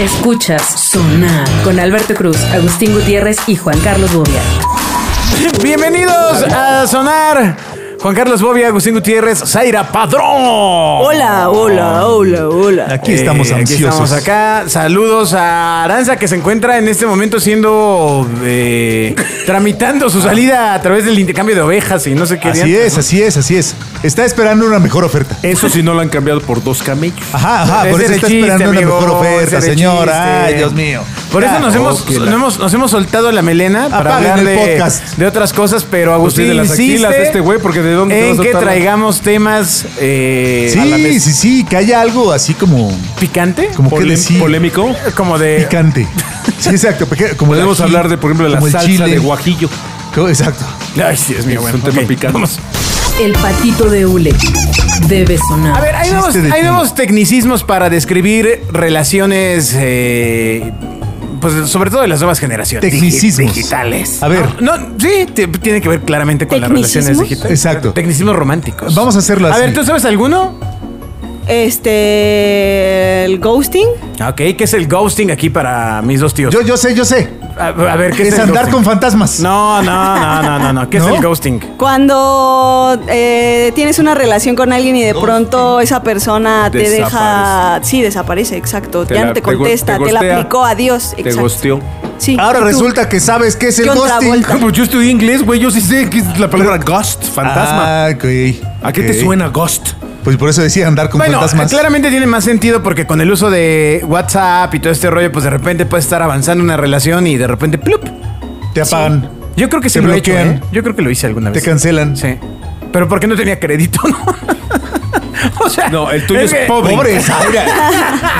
Escuchas Sonar con Alberto Cruz, Agustín Gutiérrez y Juan Carlos Bobia. Bienvenidos a Sonar. Juan Carlos Bobia, Agustín Gutiérrez, Zaira Padrón. Hola, hola, hola, hola. Aquí estamos Eh, aquí ansiosos. estamos acá. Saludos a Aranza que se encuentra en este momento siendo eh, tramitando su salida a través del intercambio de ovejas y no sé qué. Así diantres, es, ¿no? así es, así es. Está esperando una mejor oferta. Eso si no lo han cambiado por dos camellos. Ajá, ajá, Ese por era eso el está chiste, esperando una amigo, mejor ese era oferta, el señora. chiste. Ay, Dios mío. Por eso Ya, nos hemos, ok, la- nos hemos- nos hemos soltado la melena para Apaguen hablar el de, podcast. de otras cosas, pero Pues sí, Agustín de las axilas insiste de este güey, porque de dónde te en vas a que soltar la- traigamos temas eh, a la Eh. Sí, mesa. sí, sí, que haya algo así como, picante, como que Polem- decir Polémico. como de picante. Sí, exacto. porque Como el Podemos ají, hablar de, por ejemplo, de la como el salsa chile. de guajillo. Co- Exacto. ay, Dios mío, bueno, es un tema ok, picante. vamos. El patito de hule debe sonar. A ver, hay Chiste nuevos, de hay tío. nuevos tecnicismos para describir relaciones, eh, pues sobre todo de las nuevas generaciones. Tecnicismos. Digi- Digitales. A ver. No, no, sí, te- tiene que ver claramente con las ¿Tecnicismos? relaciones digitales. Exacto. Tecnicismos románticos. Vamos a hacerlo A así. ver, ¿tú sabes alguno? Este. El ghosting. Ok, ¿qué es el ghosting aquí para mis dos tíos? Yo, yo sé, yo sé. a, a ver, ¿qué es, Es el andar con ghosting? fantasmas. No, no, no, no, no, no. ¿Qué ¿No? es el ghosting? Cuando eh, tienes una relación con alguien y de pronto esa persona te deja. Sí, desaparece, exacto. ya la- no te go- contesta, te, la gostea, aplicó, adiós. Te exacto. gosteó. Sí. Ahora ¿Y tú? resulta que sabes qué es el John ghosting. Ah, Travolta. Pues yo estudié inglés, güey. Yo sí sé que es la palabra ghost, fantasma. Ah, ok. ¿A qué te ok. suena ghost? Pues por eso decía andar con Bueno, fantasmas. claramente tiene más sentido porque con el uso de WhatsApp y todo este rollo, pues de repente puedes estar avanzando una relación y de repente plup. Te apagan. Yo creo que sí Te lo he hecho, bloquean. ¿eh? Yo creo que lo hice alguna Te vez. cancelan. Sí. Pero porque no tenía crédito, ¿no? o sea, No, el tuyo es, que- pobre. Pobre Zaira.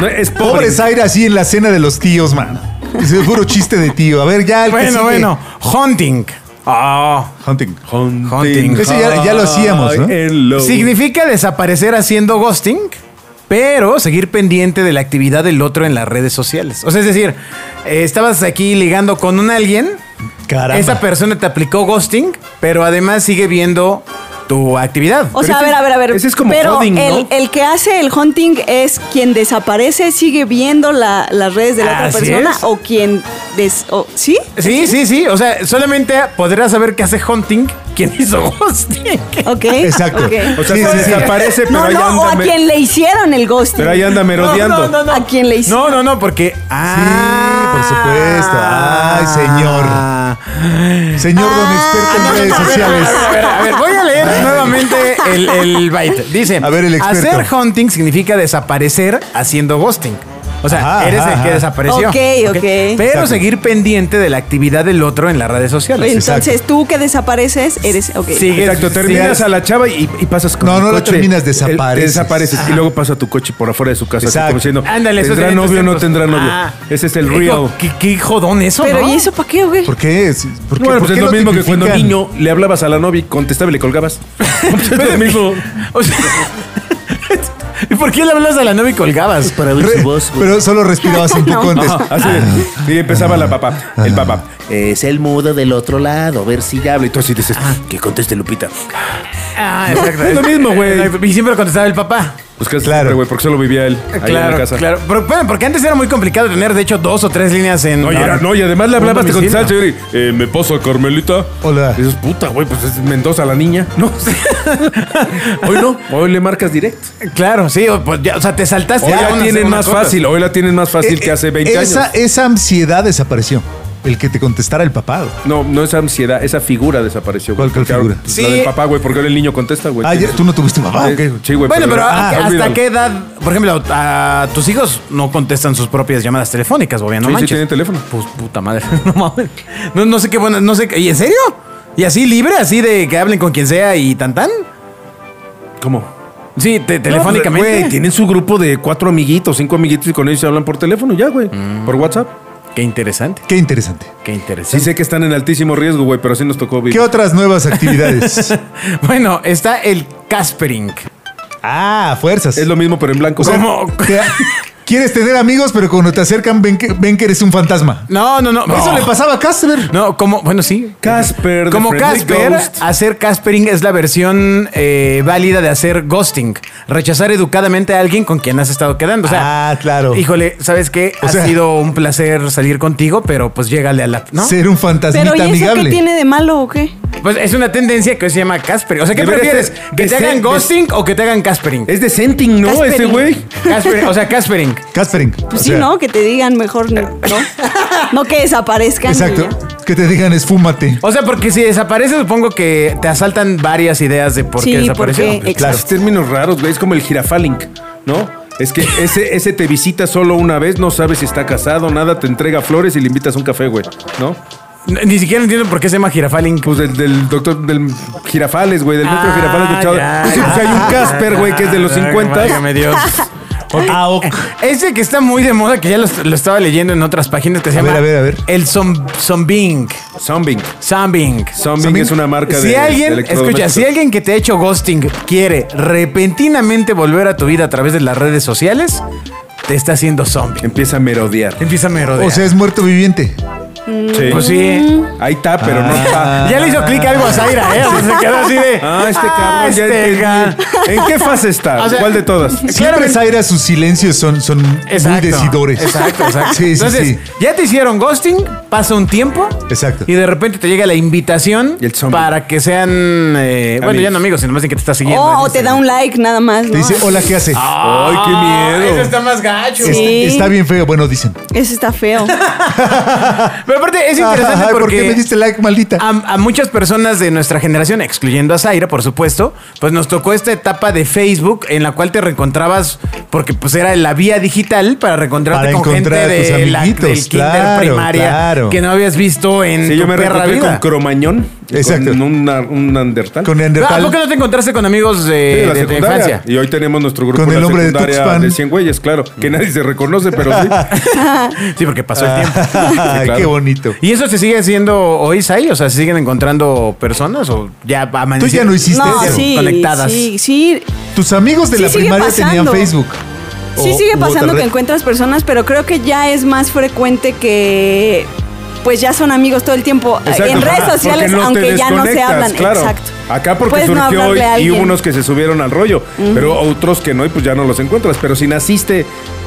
No, es pobre. Pobre Zaira así en la cena de los tíos, man. Seguro chiste de tío. A ver, ya el que Bueno, sigue. bueno, hunting. Ah. Hunting. Hunting Hunting. Ese ya- ya lo hacíamos, ¿no? high and low. Significa desaparecer haciendo ghosting, pero seguir pendiente de la actividad del otro en las redes sociales. O sea, es decir, eh, estabas aquí ligando con un alguien, Caramba. esa persona te aplicó ghosting, pero además sigue viendo tu actividad. O sea, a ver, a ver, a ver. ese es como pero coding, ¿no? el, el que hace el hunting es quien desaparece, sigue viendo la- las redes de la Así otra persona es. o quien des, o- ¿Sí? Sí, sí, sí. O sea, solamente podrás saber qué hace hunting quien hizo ghosting. Ok. Exacto. ok. O sea, Sí, se sí, sí. desaparece, pero No, ahí no, o anda. a me- quien le hicieron el ghosting. Pero ahí anda merodeando. No, no, no, no. ¿A quién le hicieron? No, no, no, porque. Ah, por supuesto. Ay, señor. Señor don experto en redes sociales. A ver, a ver, voy a leer nuevamente el, el byte. Dice: A ver, el experto. Hacer hunting significa desaparecer haciendo ghosting. O sea, Ajá, eres ajá, el que ajá. desapareció. Ok, ok. Pero Exacto. seguir pendiente de la actividad del otro en las redes pues, sociales. Entonces, Exacto. tú que desapareces, eres. Ok. Sigue- Exacto, terminas sigue- a la chava y, y pasas con No, el no la coche. terminas, El- te desapareces. Ah. desapareces y luego pasa tu coche por afuera de su casa. así Exacto. como diciendo, Ándale, eso ¿Tendrá tiene novio o no tus- tendrá novio? Ah. Ese es el Hijo, real. ¿Qué, qué jodón eso, Pero ¿no? ¿y eso para qué, güey? ¿Por qué? ¿Por qué? ¿Por Bueno, pues qué es lo lo mismo que tipifican? cuando niño le hablabas a la novia y contestaba y le colgabas. Pues es lo mismo. O sea, ¿Y por qué le hablas a la novia y colgabas? Para Re- pero solo respirabas un poco antes. pues. Ajá, así de- y empezaba la papá, el papá. Es el mudo del otro lado, a ver si ya habla. Y tú así dices, Ah. que conteste Lupita. Ah, exacto. Es lo mismo, güey. Exacto. Y siempre contestaba el papá. Pues que Claro. claro, güey, porque solo vivía él ahí en la Claro, casa. claro. Pero bueno, porque antes era muy complicado tener, de hecho, dos o tres líneas en. Ah. No, y, era- no, y además le hablabas, te domicilio. contestaba el señor y, eh, me paso a Carmelita. Hola. Y dices, puta, güey, pues es Mendoza la niña. No. hoy no, hoy le marcas directo. Claro, sí. O, pues, ya, o sea, te saltaste. Hoy ya la una tienen segunda más cosa. fácil, hoy la tienen más fácil que hace 20 Eh, esa, años. Esa ansiedad desapareció. El que te contestara el papá. güey. No, no esa ansiedad, esa figura desapareció. güey. ¿Cuál- cuál Porque ahora- figura? La Sí. del papá, güey, porque ahora el niño contesta, güey. Ah, ya, tú no tuviste papá. Eh, ¿o qué, güey? Sí, güey. Bueno, pero Ah, ¿a- ¿hasta olvídalo. qué edad? Por ejemplo, a tus hijos no contestan sus propias llamadas telefónicas, obviamente. No Sí, sí manches. tienen teléfono. Pues puta madre. No mames. No, no sé qué bueno. No sé. qué- ¿Y en serio? ¿Y así libre? ¿Así de que hablen con quien sea y tan tan? ¿Cómo? Sí, te- No, telefónicamente. Güey, tienen su grupo de cuatro amiguitos, cinco amiguitos y con ellos se hablan por teléfono ya, güey. Por WhatsApp. Qué interesante. Qué interesante. Qué Mm. Sí interesante. sé que están en altísimo riesgo, güey, pero así nos tocó ¿Qué vivir. otras nuevas actividades? Bueno, está el Caspering. ah, fuerzas. Es lo mismo, pero en blanco. O sea, ¿Cómo? te, Quieres tener amigos, pero cuando te acercan ven que, ven que eres un fantasma. No, no, no. Eso le pasaba a Casper. No, como, bueno, sí. Casper. de Como Friendly Casper, Ghost. hacer Caspering es la versión eh, válida de hacer ghosting. Rechazar educadamente a alguien con quien has estado quedando. O sea, Ah, claro. Híjole, ¿sabes qué? O ha sea- sido un placer salir contigo, pero pues llégale a la. ¿no? Ser un fantasmita Pero ¿y eso qué amigable. tiene de malo o qué? Pues es una tendencia que hoy se llama Casper. O sea, ¿qué Debería prefieres? ser ¿Que te decente. hagan ghosting o que te hagan Caspering? Es de Senting, ¿no? Casperín. Ese güey. Casper- o sea, Caspering. Caspering. Pues O sí, sea, ¿no? Que te digan mejor, ¿no? No que desaparezcan. y Exacto. ya. Que te digan esfúmate. O sea, porque si desaparece, supongo que te asaltan varias ideas de por Sí, qué ¿por desapareció. qué? Exacto. Esos términos raros, güey. Es como el jirafalink, ¿no? Es que ese, ese te visita solo una vez, no sabes si está casado, nada, te entrega flores y le invitas un café, güey, ¿no? N- Ni siquiera entiendo por qué se llama Girafalink. Pues del, del doctor, del jirafales, güey, del metro Ah, jirafales. del chavo. ya, Pues sí, pues ya. hay un Casper, güey, que es de los Ah, 50. válgame Dios. Ah, ok. Ese que está muy de moda, que ya lo, lo estaba leyendo en otras páginas, que se A llama ver, a ver, a ver. el zom- Zombing. Zombing. Zombing. Zombing es una marca de. Si alguien, de escucha, si alguien que te ha hecho ghosting quiere repentinamente volver a tu vida a través de las redes sociales, te está haciendo zombie. Empieza a merodear. Empieza a merodear. O sea, es muerto viviente. Sí. pues sí. Ah. Ahí está, pero no está. Ya le hizo clic algo a Zaira, ¿eh? O sea, se quedó así de. Ah, este cabrón. "Ah, ya este entendí. ga-". ¿En qué fase está? O sea, ¿Cuál de todas? Siempre Claramente- Zaira, sus silencios son, son muy Exacto. decidores. Exacto, exacto. Sí, sí, Entonces, sí. ya te hicieron ghosting, pasa un tiempo. Exacto. Y de repente te llega la invitación Y el zombie. para que sean. eh, bueno, Amigos. ya no amigos, sino más bien que te está O siguiendo. Oh, o te da un like nada más, ¿no? Te dice, hola, ¿qué hace? Ah, ¡Ay, qué miedo! Eso está más gacho. Sí. Está- Está bien feo. Bueno, dicen. Eso está feo. Pero aparte, es interesante Ay, porque. ¿Por qué me diste like, maldita? Ah, A, a muchas personas de nuestra generación, excluyendo a Zaira, por supuesto, pues nos tocó esta etapa de Facebook en la cual te reencontrabas, porque pues era la vía digital para reencontrarte Para con gente encontrar a tus de la, del amiguitos, kinder claro, primaria claro. que no habías visto en Sí, tu yo me perra reencontré con vida. Cromañón. y Exacto. Con un, na- un Neandertal. Con Pero, Ah, ¿A Neandertal. poco no te encontraste con amigos Sí, de de, Eh, la de tu secundaria. infancia? Y hoy tenemos nuestro grupo Con en el la hombre de secundaria Tuxpan. de 100 güeyes, claro. Que nadie se reconoce, pero sí. Sí, porque pasó Ah. el tiempo. Ay, claro. qué bonito. ¿Y eso se sigue haciendo hoy, Sai? O sea, ¿se siguen encontrando personas o ya amanecieron? Tú ya no hiciste No, eso. sí. Conectadas. Sí, sí. Tus amigos de Sí la sigue primaria pasando. tenían Facebook. Sí O- sigue u pasando otra que red. encuentras personas, pero creo que ya es más frecuente que pues ya son amigos todo el tiempo eh, Exacto. en redes Porque sociales, no te aunque ya no se desconectas, hablan. claro. Exacto. Acá porque Puedes no surgió hablarle y- a y, hubo alguien. unos que se subieron al rollo, pero otros que no y pues ya no los encuentras. Pero si naciste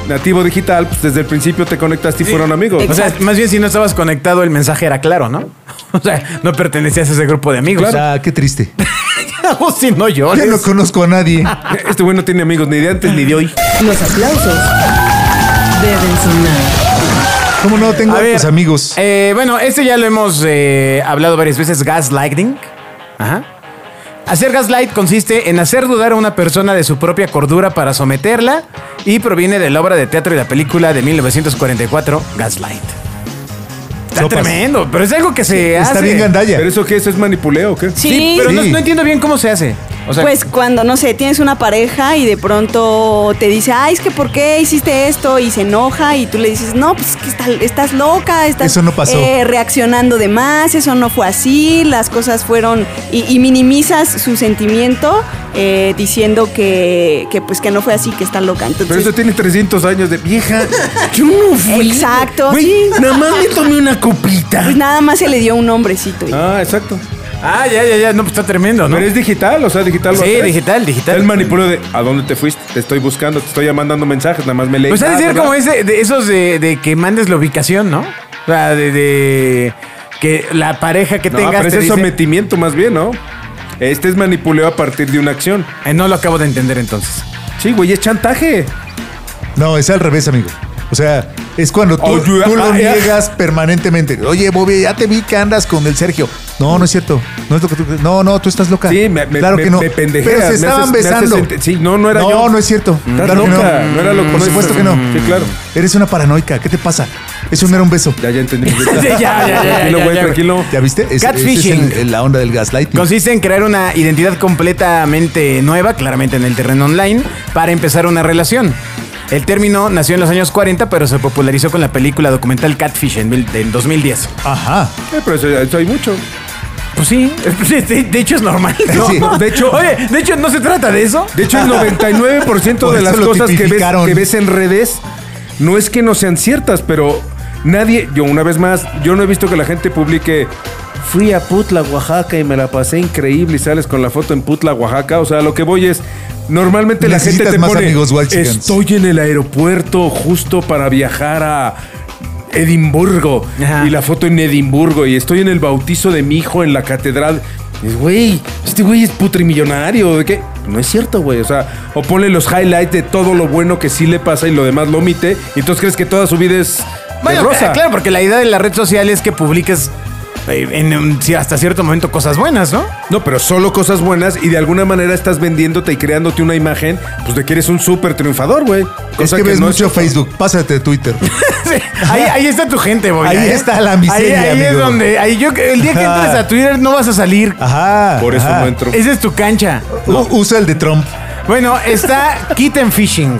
nativo digital, pues desde el principio te conectaste y fueron amigos. O sea, más bien si no estabas conectado, el mensaje era claro, ¿no? O sea, no pertenecías a ese grupo de amigos. Ah, qué triste. O si no Ya llores. no conozco a nadie. Este güey no tiene amigos ni de antes ni de hoy. Los aplausos deben sonar. ¿Cómo no tengo A a ver, tus amigos? eh, bueno, este ya lo hemos eh, hablado varias veces, gaslighting. Ajá. Hacer gaslight consiste en hacer dudar a una persona de su propia cordura para someterla y proviene de la obra de teatro y la película de 1944, Gaslight. Está Sopas. tremendo, pero es algo que se hace. Está bien gandalla. ¿Pero eso qué? ¿Eso es manipuleo o qué? Sí, Sí, pero no, Sí. no entiendo bien cómo se hace. O sea, pues cuando, no sé, tienes una pareja y de pronto te dice, ay, es que ¿por qué hiciste esto? Y se enoja y tú le dices, no, pues es que está- estás loca, estás Eso no pasó. eh, reaccionando de más, eso no fue así, las cosas fueron... Y, y minimizas su sentimiento eh, diciendo que, que, pues que no fue así, que está loca. Entonces, Pero eso tiene 300 años de vieja. Yo no fui. Exacto, Güey, sí. nada más me tomé una copita. pues nada más se le dio un nombrecito. y- Ah, exacto. ah, ya, ya, ya, no, pues está tremendo, ¿no? Pero es digital, o sea, digital. lo Sí, haces. digital, digital. Él manipuló de a dónde te fuiste, te estoy buscando, te estoy mandando mensajes, nada más me leí. Pues ha de Ah, ser ¿verdad? como ese, de esos de, de que mandes la ubicación, ¿no? O sea, de, de que la pareja que No, tengas pero te ese es dice- sometimiento más bien, ¿no? Este es manipuleo a partir de una acción. Eh, no lo acabo de entender entonces. Sí, güey, es chantaje. No, es al revés, amigo. O sea, es cuando tú, Oye, tú lo ah, ya. niegas permanentemente. Oye, Bobby, ya te vi que andas con el Sergio. No, no es cierto. No es lo que tú crees. No, no, tú estás loca. Sí, me, me, claro me- que no. me pendejeas, Pero se me estaban haces- me haces besando. ente- sí, no, no era no, yo. no es cierto. Estás Claro que loca, no. no era lo que- Por supuesto que no. Sí, claro. Eres una paranoica. ¿Qué te pasa? Eso no era un beso. Ya, ya entendí. Sí, ya, ya, ya, Tranquilo, ya, güey, ya. tranquilo. ¿Ya viste? Es, Catfishing. ese es el- la onda del gaslighting. Consiste en crear una identidad completamente nueva, claramente en el terreno online, para empezar una relación. El término nació en los años 40, pero se popularizó con la película documental Catfish en mil- del 2010. Ajá. Eh, pero eso, eso hay mucho. Pues sí, de, de hecho es normal. ¿no? Sí. De hecho, oye, de hecho no se trata de eso. De hecho, el 99% Por de eso las lo cosas que ves, tipificaron. que ves en redes no es que no sean ciertas, pero nadie, yo una vez más, yo no he visto que la gente publique. Fui a Putla, Oaxaca y me la pasé increíble y sales con la foto en Putla, Oaxaca. O sea, lo que voy es, normalmente la gente Necesitas te más pone, amigos huachicans. estoy en el aeropuerto justo para viajar a Edimburgo Ajá. y la foto en Edimburgo y estoy en el bautizo de mi hijo en la catedral. Y dices, Güey, este güey es putrimillonario. ¿De qué? No es cierto, güey. O sea, o ponle los highlights de todo lo bueno que sí le pasa y lo demás lo omite. Y entonces crees que toda su vida es de Bueno, rosa. claro, porque la idea de la red social es que publiques eh, en un- sí, hasta cierto momento cosas buenas, ¿no? No, pero solo cosas buenas y de alguna manera estás vendiéndote y creándote una imagen, pues de que eres un súper triunfador, güey. Es Cosa que ves no es mucho cierto. Facebook. Pásate de Twitter. Sí, ahí, ahí está tu gente, boy. Ahí está la miseria, Ahí, ahí es amigo. donde. Ahí yo, el día que Ajá. entres a Twitter no vas a salir. Ajá. Por eso ajá. no entro. Esa es tu cancha. U- Usa el de Trump. Bueno, está Kitten Fishing,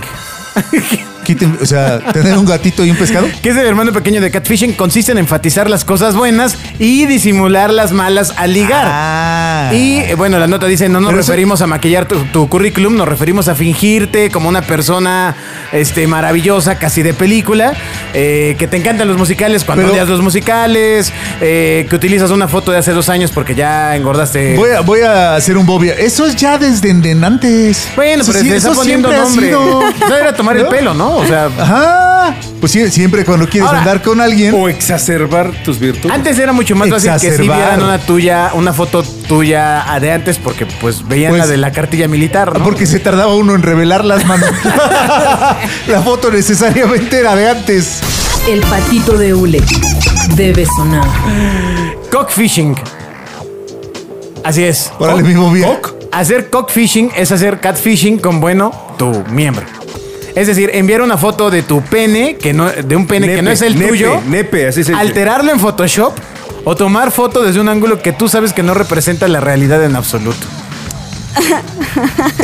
Quiten- o sea, tener un gatito y un pescado. que es el hermano pequeño de Catfishing. Consiste en enfatizar las cosas buenas y disimular las malas al ligar. Ah. Y eh, bueno, la nota dice, no nos Pero eso- referimos a maquillar tu, tu currículum, nos referimos a fingirte como una persona este, maravillosa, casi de película, eh, que te encantan los musicales cuando Pero- odias los musicales, eh, que utilizas una foto de hace dos años porque ya engordaste. Voy a, voy a hacer un bobia. Eso es ya desde en antes. bueno, Eso pero sí- te está eso poniendo siempre ha nombre. sido. Eso era tomar el ¿No? pelo, ¿no? O sea, Ajá. Pues sí, siempre cuando quieres Ahora, andar con alguien. O exacerbar tus virtudes. antes era mucho más fácil que si Exacerbar. vieran una tuya, una foto tuya de antes, porque pues veían Pues- la de la cartilla militar, ¿no? Porque se tardaba uno en revelar las manos. La foto necesariamente era de antes. El patito de hule debe sonar. Cockfishing. Así es. Órale, mi bobia. Hacer cockfishing es hacer catfishing con bueno tu miembro. Es decir, enviar una foto de tu pene, que no, de un pene que Nepe, no es el nepe, tuyo, nepe, así se dice. alterarlo en Photoshop o tomar foto desde un ángulo que tú sabes que no representa la realidad en absoluto.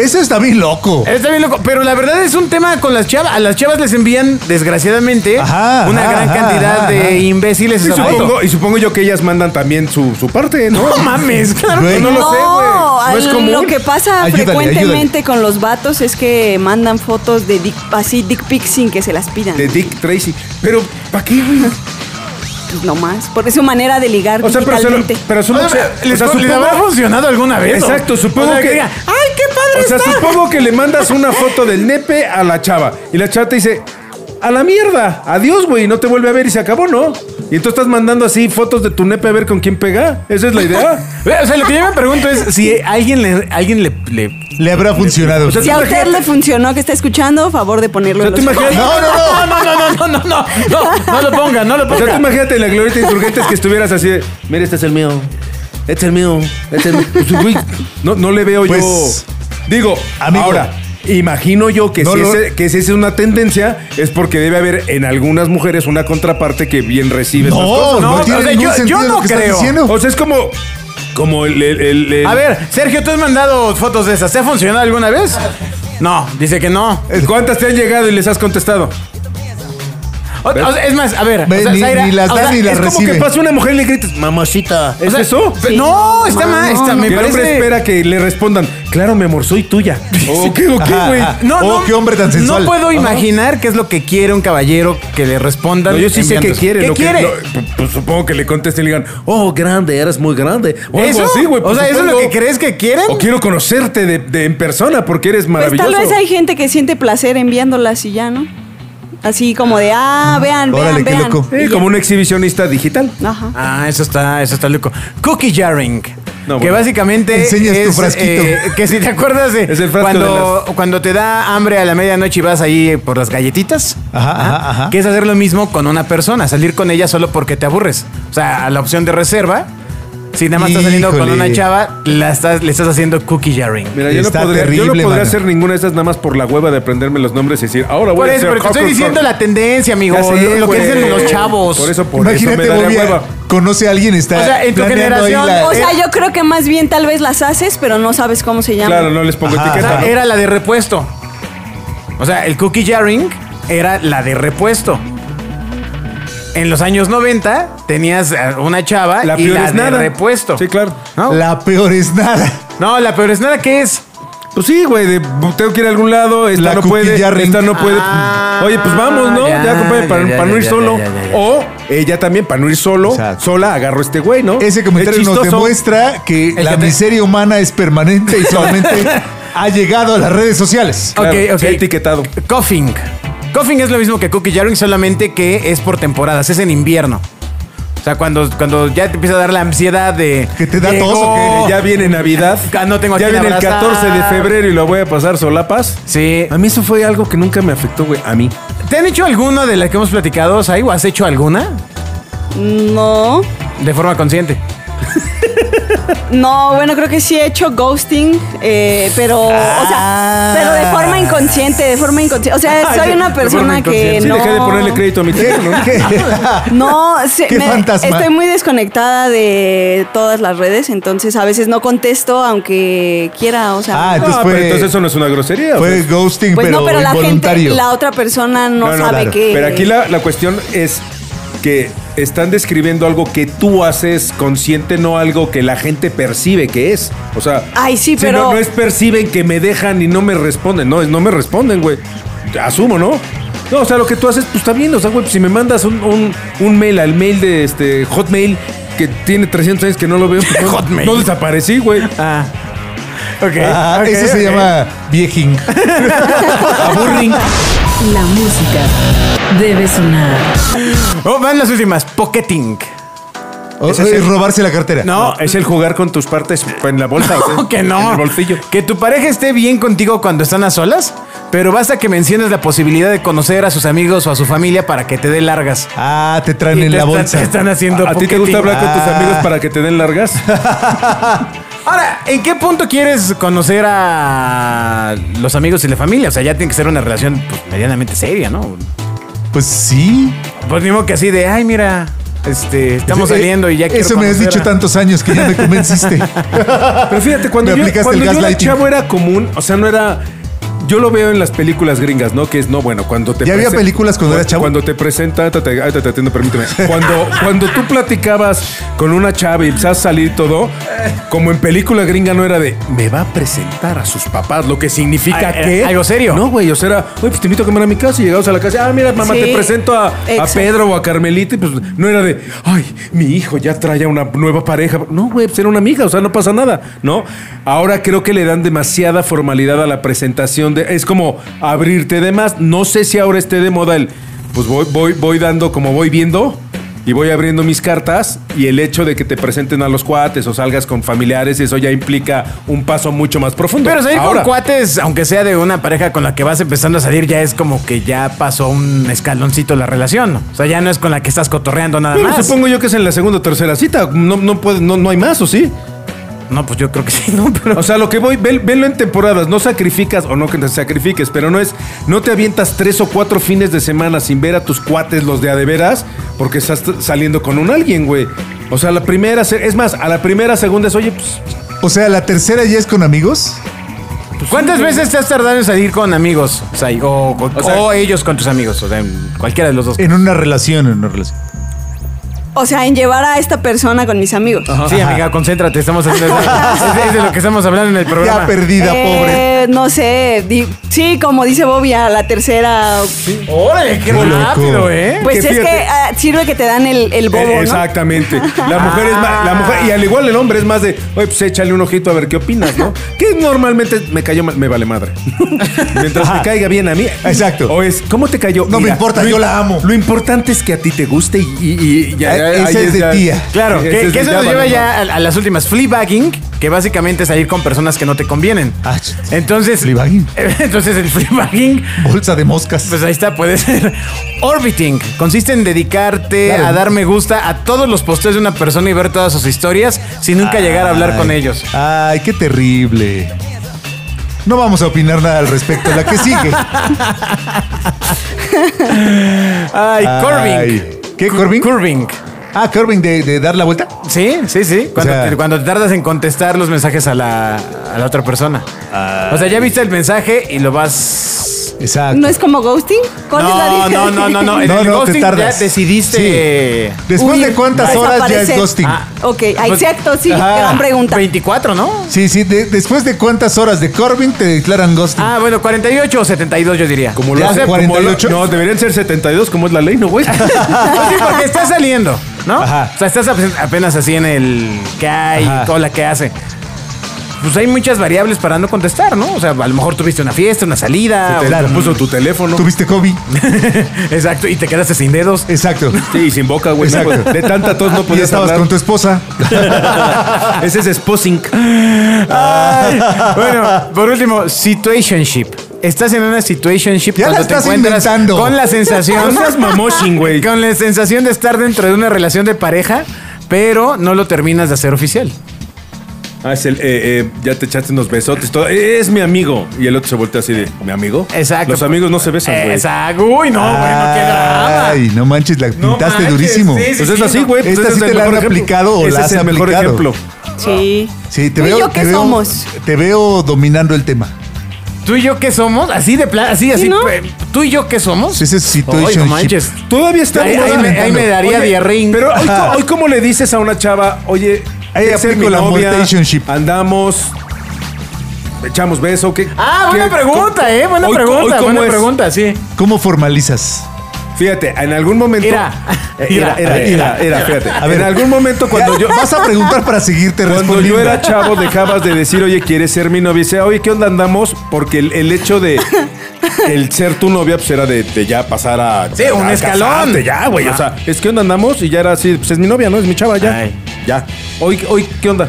Eso está bien loco. Está bien loco, pero la verdad es un tema con las chavas. A las chavas les envían, desgraciadamente, Ajá, una ajá, gran ajá, cantidad ajá, de ajá. imbéciles. Y esa foto. supongo, y supongo yo que ellas mandan también su, su parte, ¿no? No mames, claro Güey. que no. No lo sé, güey. No, No es al- común. lo que pasa Ayúdale, frecuentemente con los vatos es que mandan fotos de dick, así dick pics sin que se las pidan. De Dick Tracy. Pero, ¿para qué, güey? Pues no más, porque es su manera de ligar O sea, pero solo. digitalmente. Pero solo O sea, ¿Les, ¿les habrá funcionado alguna vez? Exacto, supongo O sea, que- diga, ¡Ay, qué padre O sea, está! supongo que le mandas una foto del nepe a la chava. Y la chava te dice, a la mierda, adiós, güey, no te vuelve a ver y se acabó, ¿no? Y entonces estás mandando así fotos de tu nepe a ver con quién pega. Esa es la idea. O sea, lo que yo me pregunto es si alguien le... Alguien le, le- Le habrá funcionado. sea, si a usted imagínate- le funcionó que está escuchando, favor de ponerlo O sea, en tú los imagínate- No, no, no. No, no, no, no, no, no, no, no lo ponga, no lo O sea, tú ponga. imagínate la glorieta de insurgentes que estuvieras así de, Mira, este es el mío. Este es el mío. Este es el mío. pues, güey, no, no le veo Pues, yo. Digo, amigo. ahora. Imagino yo que, No si lo- ese- que si esa es una tendencia, es porque debe haber en algunas mujeres una contraparte que bien recibe estas cosas. No, No, no o tiene sea, ningún yo- yo sentido no lo que estás creo. diciendo. O sea, es como. Como el. el- el- el- A ver, Sergio, ¿tú has mandado fotos de esas? ¿Te ha funcionado alguna vez? No, dice que no. ¿Cuántas te han llegado y les has contestado? O- o sea, es más, a ver, Ve, o sea, ni- Zaira, ni las o da sea, ni las es como- Como que Recibe. pasa una mujer y le gritas. Mamacita. ¿Es eso? Pe- Ah, No, está No, mal, está, no, me Que el parece... hombre espera que le respondan. Claro, mi amor, soy tuya. ¿O qué, o qué, Ajá, güey? ajá. No, Oh, no, qué hombre tan sensual. No puedo Ajá. imaginar qué es lo que quiere un caballero que le respondan. No, yo sí sé enviando que eso. quiere. ¿Qué lo que- quiere? lo- pu- pues supongo que le contesten y le digan, Oh, grande, eres muy grande. o algo ¿Eso? así, güey. o pues, sea, ¿eso es lo que supongo. crees que quieren? O quiero conocerte de, de- en persona porque eres Pues maravilloso. tal vez hay gente que siente placer enviándolas y ya, ¿no? Así como de, ah, vean, Órale, vean, qué vean. loco. Y Eh, ya. como un exhibicionista digital. Ajá. Ah, eso está, eso está loco. Cookie jarring. No, que bueno. básicamente Enseñas tu es, eh, frasquito. que si te acuerdas de, Es el frasco cuando, cuando te da hambre a la medianoche y vas ahí por las galletitas, Ajá, ajá, Ah. ajá. que es hacer lo mismo con una persona, salir con ella solo porque te aburres. O sea, a la opción de reserva, si nada más estás saliendo con Híjole. una chava, la estás, le estás haciendo cookie jarring. Mira, yo no, Está podría, yo no terrible, podría mano. hacer ninguna de estas nada más por la hueva de aprenderme los nombres y decir, ahora voy Por a eso, hacer pero te estoy Hufflepuff. diciendo la tendencia, amigo. Ya sé, lo que güey. dicen los chavos. Por eso, por Imagínate, eso me daría Bobia, hueva. conoce a alguien, está. O sea, en tu planeando ahí generación, la- O sea, yo creo que más bien tal vez las haces, pero no sabes cómo se llaman. Claro, no les pongo Ajá. O sea, etiqueta. ¿no? era la de repuesto. O sea, el cookie jarring era la de repuesto. En los años 90 tenías eh, una chava La y peor la es de nada. repuesto. Ah, Sí, claro. ¿No? La peor es nada. No, la peor es nada que es Pues sí, güey, de, tengo que ir a algún lado, esta La no puede, cuquilla ring. esta no puede. Ah, Oye, pues vamos, ¿no? ya, Ya, compadre, ya, para, ya, para no ya, ir ya, solo. ya, ya, ya. O ella también, para no ir solo, Exacto. sola agarro a este güey, ¿no? Ese comentario Es nos chistoso. demuestra que que la te- miseria humana es permanente y solamente ha llegado a las redes sociales. Claro, ok, ok. sí, etiquetado. Coughing. Coughing es lo mismo que Cookie Jarring, solamente que es por temporadas, es en invierno. O sea, cuando, cuando ya te empieza a dar la ansiedad de. ¿Que te da tos o llegó, Ya viene Navidad. Ah, no tengo a Ya quién viene el abrazar. 14 de febrero y lo voy a pasar solapas. Sí. A mí eso fue algo que nunca me afectó, güey. A mí. ¿Te han hecho alguna de las que hemos platicado, Sai? ¿O has hecho alguna? No. De forma consciente. No, bueno, creo que sí he hecho ghosting, eh, pero, o sea, Ah. pero de forma inconsciente, de forma inconsciente. O sea, soy una persona que Sí, no. dejé de ponerle crédito a mi ¿Qué? teléfono. ¿Qué? No, se- Qué fantasma. estoy muy desconectada de todas las redes, entonces a veces no contesto aunque quiera, o sea. Ah, No, Entonces fue- pero entonces eso no es una grosería. o Fue sea. ghosting, pues pero, no, pero la involuntario. gente, la otra persona no, No, no, sabe claro. que. Pero aquí la, la cuestión es que están describiendo algo que tú haces consciente, no algo que la gente percibe que es. O sea, Ay, sí, pero- no, no es perciben que me dejan y no me responden. No, es no me responden, güey. Asumo, ¿no? No, o sea, lo que tú haces, pues está bien. O sea, güey, pues, si me mandas un, un- un mail al mail de este Hotmail que tiene 300 años que no lo veo, pues, no- Hotmail. no desaparecí, güey. Ah. Ok. Ah, ok, ese se ok. llama viejing. Aburring. La música debe sonar. Oh, van las últimas. Pocketing. O- Ese es- es robarse la cartera. No, Es el jugar con tus partes en la bolsa. ¿o No, que qué? En no. el bolsillo. Que tu pareja esté bien contigo cuando están a solas, pero basta que menciones la posibilidad de conocer a sus amigos o a su familia para que te dé largas. Ah, te traen Y en te la están- bolsa. te están haciendo ¿A ti te pocketing. gusta hablar con tus Ah. amigos para que te den largas? Ah. Ahora, ¿en qué punto quieres conocer a los amigos y la familia? O sea, ya tiene que ser una relación pues, medianamente seria, ¿no? Pues sí. Pues mismo que así de, ay, mira, este, estamos Eh, saliendo y ya quiero Eso me has conocer dicho a-". tantos años que ya me convenciste. Pero fíjate, cuando Me yo, aplicaste cuando el yo era gaslighting. chavo era común, o sea, no era... Yo lo veo en las películas gringas, ¿no? Que es, no, bueno, cuando te... ¿Ya había presen- películas cuando cu- eras chavo? Cuando te presenta... ahorita te- ahorita te atiendo, permíteme. Cuando, cuando tú platicabas con una chava y empezás a salir todo, como en película gringa no era de, me va a presentar a sus papás, lo que significa Ah, era que... algo serio. No, güey, o sea, era, oye, pues te invito a comer a mi casa y llegabas a la casa, ah, mira, mamá, Sí, te presento a, a exacto. Pedro o a Carmelita y pues no era de, ay, mi hijo ya trae a una nueva pareja. No, güey, pues era una amiga, o sea, no pasa nada, ¿no? Ahora creo que le dan demasiada formalidad a la presentación de, es como abrirte de más. No sé si ahora esté de moda el, pues voy, voy, voy dando como voy viendo. Y voy abriendo mis cartas y el hecho de que te presenten a los cuates o salgas con familiares, eso ya implica un paso mucho más profundo. Pero salir Ahora. con cuates, aunque sea de una pareja con la que vas empezando a salir, ya es como que ya pasó un escaloncito la relación. ¿no? O sea, ya no es con la que estás cotorreando nada Pero más. supongo yo que es en la segunda o tercera cita. No, no, puede, no, no hay más, ¿o sí? No, pues yo creo que sí, ¿no? Pero... O sea, lo que voy, ven- venlo en temporadas. No sacrificas o no que te sacrifiques, pero no es. No te avientas tres o cuatro fines de semana sin ver a tus cuates, los de a de veras, porque estás t- saliendo con un alguien, güey. O sea, la primera. se- Es más, a la primera, segunda es, oye, pues. O sea, la tercera ya es con amigos. pues, ¿Cuántas veces te has tardado en salir con amigos? O, sea, o, o- O sea- o ellos con tus amigos. O sea, en cualquiera de los dos. En una relación, en una relación. O sea, en llevar a esta persona con mis amigos. Sí, amiga, concéntrate, estamos haciendo. es, es de lo que estamos hablando en el programa. Ya perdida, pobre. Eh, No sé, di- sí, como dice Bobby, a la tercera. ¡Órale, qué Qué loco. rápido, eh! Pues que es que fíjate. ah, sirve que te dan el, el bobo. Eh, ¿no? Exactamente. La mujer es más, la mujer, y al igual el hombre es más de, oye, pues échale un ojito a ver qué opinas, ¿no? Que normalmente me cayó mal, me vale madre. Mientras me caiga bien a mí. Exacto. O es, ¿cómo te cayó? No me importa, lo- yo la amo. Lo importante es que a ti te guste y, y- y ya. Ah, esa ahí es de ya- tía. Claro, Ese que, es que de eso nos lleva vale ya a, a las últimas. Fleabagging, que básicamente es salir con personas que no te convienen. Ah, ch- Entonces. fleabagging. Entonces, el fleabagging, Bolsa de moscas. pues ahí está, puede ser. Orbiting, consiste en dedicarte Claro. a dar me gusta a todos los posteos de una persona y ver todas sus historias sin nunca llegar a hablar con Ay, ellos. Ay, qué terrible. No vamos a opinar nada al respecto. La que sigue. Ay, Ay. curving. ¿Qué, curving? Curving. Ah, curving de, de dar la vuelta. Sí, sí, sí. Cuando, sea- te, cuando te tardas en contestar los mensajes a la, a la otra persona. O sea, ya viste el mensaje y lo vas Exacto. ¿No es como ghosting? ¿Cuál es la No, diferencia? no, no, no, no. En No, el no, te ghosting ya tardas. decidiste. Después Huir, de cuántas horas ya es desaparecer. ghosting. Ah. Ok, pues ah, Pues- exacto, sí, Ajá. gran pregunta. 24, ¿no? Sí, sí, de- después de cuántas horas de Corbin te declaran ghosting. Ah, bueno, 48 o 72 yo diría. Como lo ¿Ya hace hace como lo- 48? no, deberían ser 72, como es la ley, ¿no, güey? Ah, Pues sí, porque estás saliendo, ¿no? Ajá. O sea, estás ap- apenas así en el que hay Ajá. y toda la que hace. Pues hay muchas variables para no contestar, ¿no? O sea, a lo mejor tuviste una fiesta, una salida. Te o- Claro. puso tu teléfono. Tuviste COVID. Exacto, y te quedaste sin dedos. Exacto. Sí, y sin boca, güey. Exacto. Pues No, de tanta tos no y podías estabas hablar. con tu esposa. Ese es Sposing. Ay. Bueno, por último, situationship. Estás en una situationship Ya la cuando te estás encuentras inventando. con la sensación. No seas mamoshin, güey. Con la sensación de estar dentro de una relación de pareja, pero no lo terminas de hacer oficial. Ah, es el, eh, eh, ya te echaste unos besotes. Todo. "Eh, Es mi amigo. Y el otro se voltea así de, ¿mi amigo? Exacto. Eh, Los amigos no se besan, güey. Exacto. Uy, no, bueno, qué drama. Ay, no manches, la No pintaste manches, durísimo. sí, sí. Pues es así, güey. Pues Esta ese sí es te el la mejor han ejemplo. aplicado o Ese la es has el mejor aplicado. ejemplo. Sí. Sí, te ¿Tú y veo, yo qué te veo- somos? te veo dominando el tema. ¿Tú y yo qué somos? Así de plan, así, así. no? pe- ¿Tú y yo qué somos? Ese es Ay, situationship. no manches. Todavía está Ahí- de moda. ahí me- ahí me daría Oye, diarrín. Pero hoy, co- hoy ¿cómo le dices a una chava, oye, Ahí quieres ser aplico mi la novia, mortationship. andamos, echamos beso, ¿qué? Ah, buena qué- pregunta, eh. Buena Hoy co- hoy pregunta, cómo buena es? pregunta, sí. ¿Cómo formalizas? Fíjate, en algún momento. Era. Eh, Era, era, era, era, fíjate. A ver. en algún momento cuando Ya, yo. Vas a preguntar para seguirte Cuando respondiendo. yo era chavo dejabas de decir, oye, ¿quieres ser mi novia? Y decía, oye, ¿qué onda andamos? Porque el, el hecho de el ser tu novia, pues era de, de ya pasar a. Sí, un a escalón. casarte Ya, güey. O sea, es ¿qué onda andamos? Y ya era así, pues es mi novia, ¿no? Es mi chava, ya. Ay. Ya. Hoy, hoy, ¿qué onda?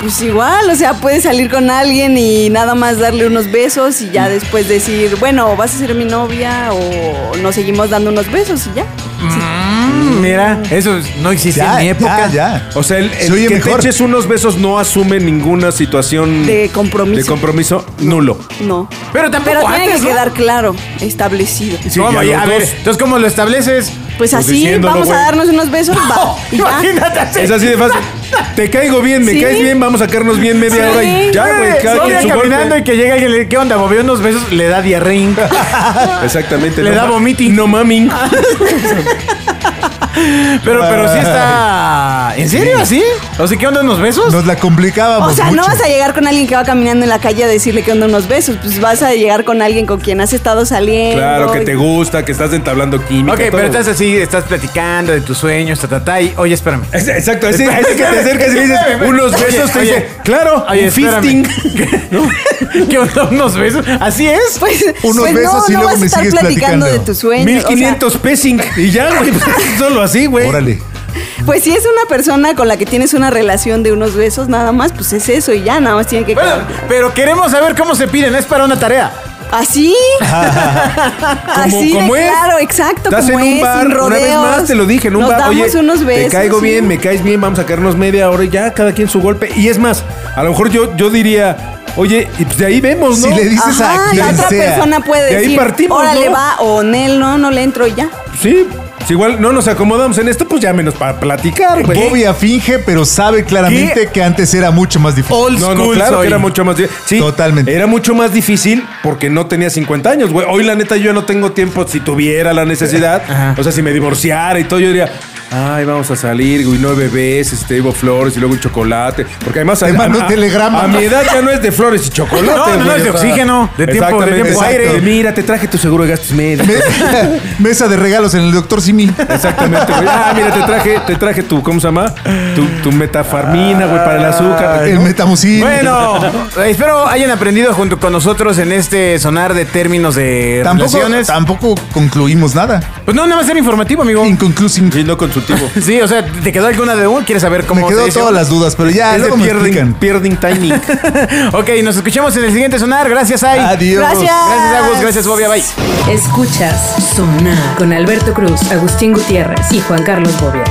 Pues igual, o sea, puedes salir con alguien y nada más darle unos besos y ya después decir, bueno, vas a ser mi novia o nos seguimos dando unos besos y ya. Mm, Mira, eso no existía Ya, en mi época. ya, ya. O sea, el, el Se oye que mejor. te eches unos besos no asume ninguna situación De compromiso. de compromiso nulo. No. Pero tampoco Pero tiene antes, que ¿no? quedar claro, establecido. Sí, ¿Cómo? ya Ya, los a ver, dos. entonces, ¿cómo lo estableces? Pues así, diciéndolo, vamos güey. a darnos unos besos, va. y ya. Imagínate así. Es así de fácil. Te caigo bien, me Sí. caes bien, vamos a sacarnos bien media Sí. hora y ya, güey. Sí, cada voy quien su caminando golpe. y que llega alguien y le ¿qué onda? Movió unos besos, le da diarrín. Exactamente. Le no da ma- vomiting. No mami. Pero, pero sí está... ¿En serio? ¿Sí? O sea, ¿qué onda unos besos? Nos la complicábamos O sea, no mucho. vas a llegar con alguien que va caminando en la calle a decirle que onda unos besos, pues vas a llegar con alguien con quien has estado saliendo. Claro, que y- te gusta, que estás entablando química. ok, todo. pero estás así, estás platicando de tus sueños, ta, ta, ta, y oye, espérame. Es- Exacto, ese, ese que te Espérame, acercas y le dices espérame. unos Oye, besos, te oye, dice, claro, oye, un fisting. espérame. ¿Qué onda unos besos? ¿Así es? Pues, Unos pues besos no, y no luego vas a me estar sigues platicando. platicando de tus sueños. o sea, 1500 pesing. Y ya, güey, pues, solo así, güey. Órale. Pues si es una persona con la que tienes una relación de unos besos, nada más, pues es eso y ya, nada más tiene que Bueno, quedar. pero queremos saber cómo se piden, es para una tarea. Así. así como de es. claro, exacto. Estás como en un es, bar, sin rodeos. una vez más te lo dije, en un Nos bar, damos oye, unos besos. te caigo sí. bien, me caes bien, vamos a sacarnos media hora y ya, cada quien su golpe. Y es más, a lo mejor yo, yo diría, oye, y pues de ahí vemos, ¿no? Si le dices Ajá, a la quien otra sea. persona puede De ahí decir, partimos, órale ¿no? va, o Nel, no, no le entro y ya. Sí, si igual no nos acomodamos en esto, pues ya menos para platicar, güey. Bobia finge, pero sabe claramente que antes era mucho más difícil. Old No, no, school claro soy. que era mucho más difícil. Sí, Totalmente. Era mucho más difícil porque no tenía 50 años, güey. Hoy, la neta, yo no tengo tiempo. Si tuviera la necesidad, Eh, Ajá. o sea, si me divorciara y todo, yo diría, ay, vamos a salir, güey, nueve veces, este, Evo Flores y luego un chocolate. Porque además... Te a- mando a- un telegrama. A mi edad ya no es de flores y chocolate, No, no, no, güey, es de o sea, oxígeno, de tiempo- de exactamente, tiempo exacto. aire. Mira, te traje tu seguro de gastos médicos. Me- mesa de regalos en el doctor Simi. Exactamente, güey. Ah, mira, te traje, te traje tu, ¿cómo se llama? Tu, tu metafarmina, güey, para el azúcar. El metamucil. Bueno, espero hayan aprendido junto con nosotros en este sonar de términos de tampoco, relaciones. tampoco concluimos nada. Pues no, nada más ser informativo, amigo. Inconclusivo. Sí, no consultivo. Sí, o sea, ¿te quedó alguna de uno? ¿Quieres saber cómo Me se quedó dice? todas las dudas, pero ya Es de luego me pierden, explican. pierden tiny. Ok, nos escuchamos en el siguiente sonar. Gracias, Ay. Adiós. Gracias. Gracias, Agus. Gracias, Bobia. Bye. Escuchas Sonar con Alberto Cruz, Agustín Gutiérrez y Juan Carlos Bobia.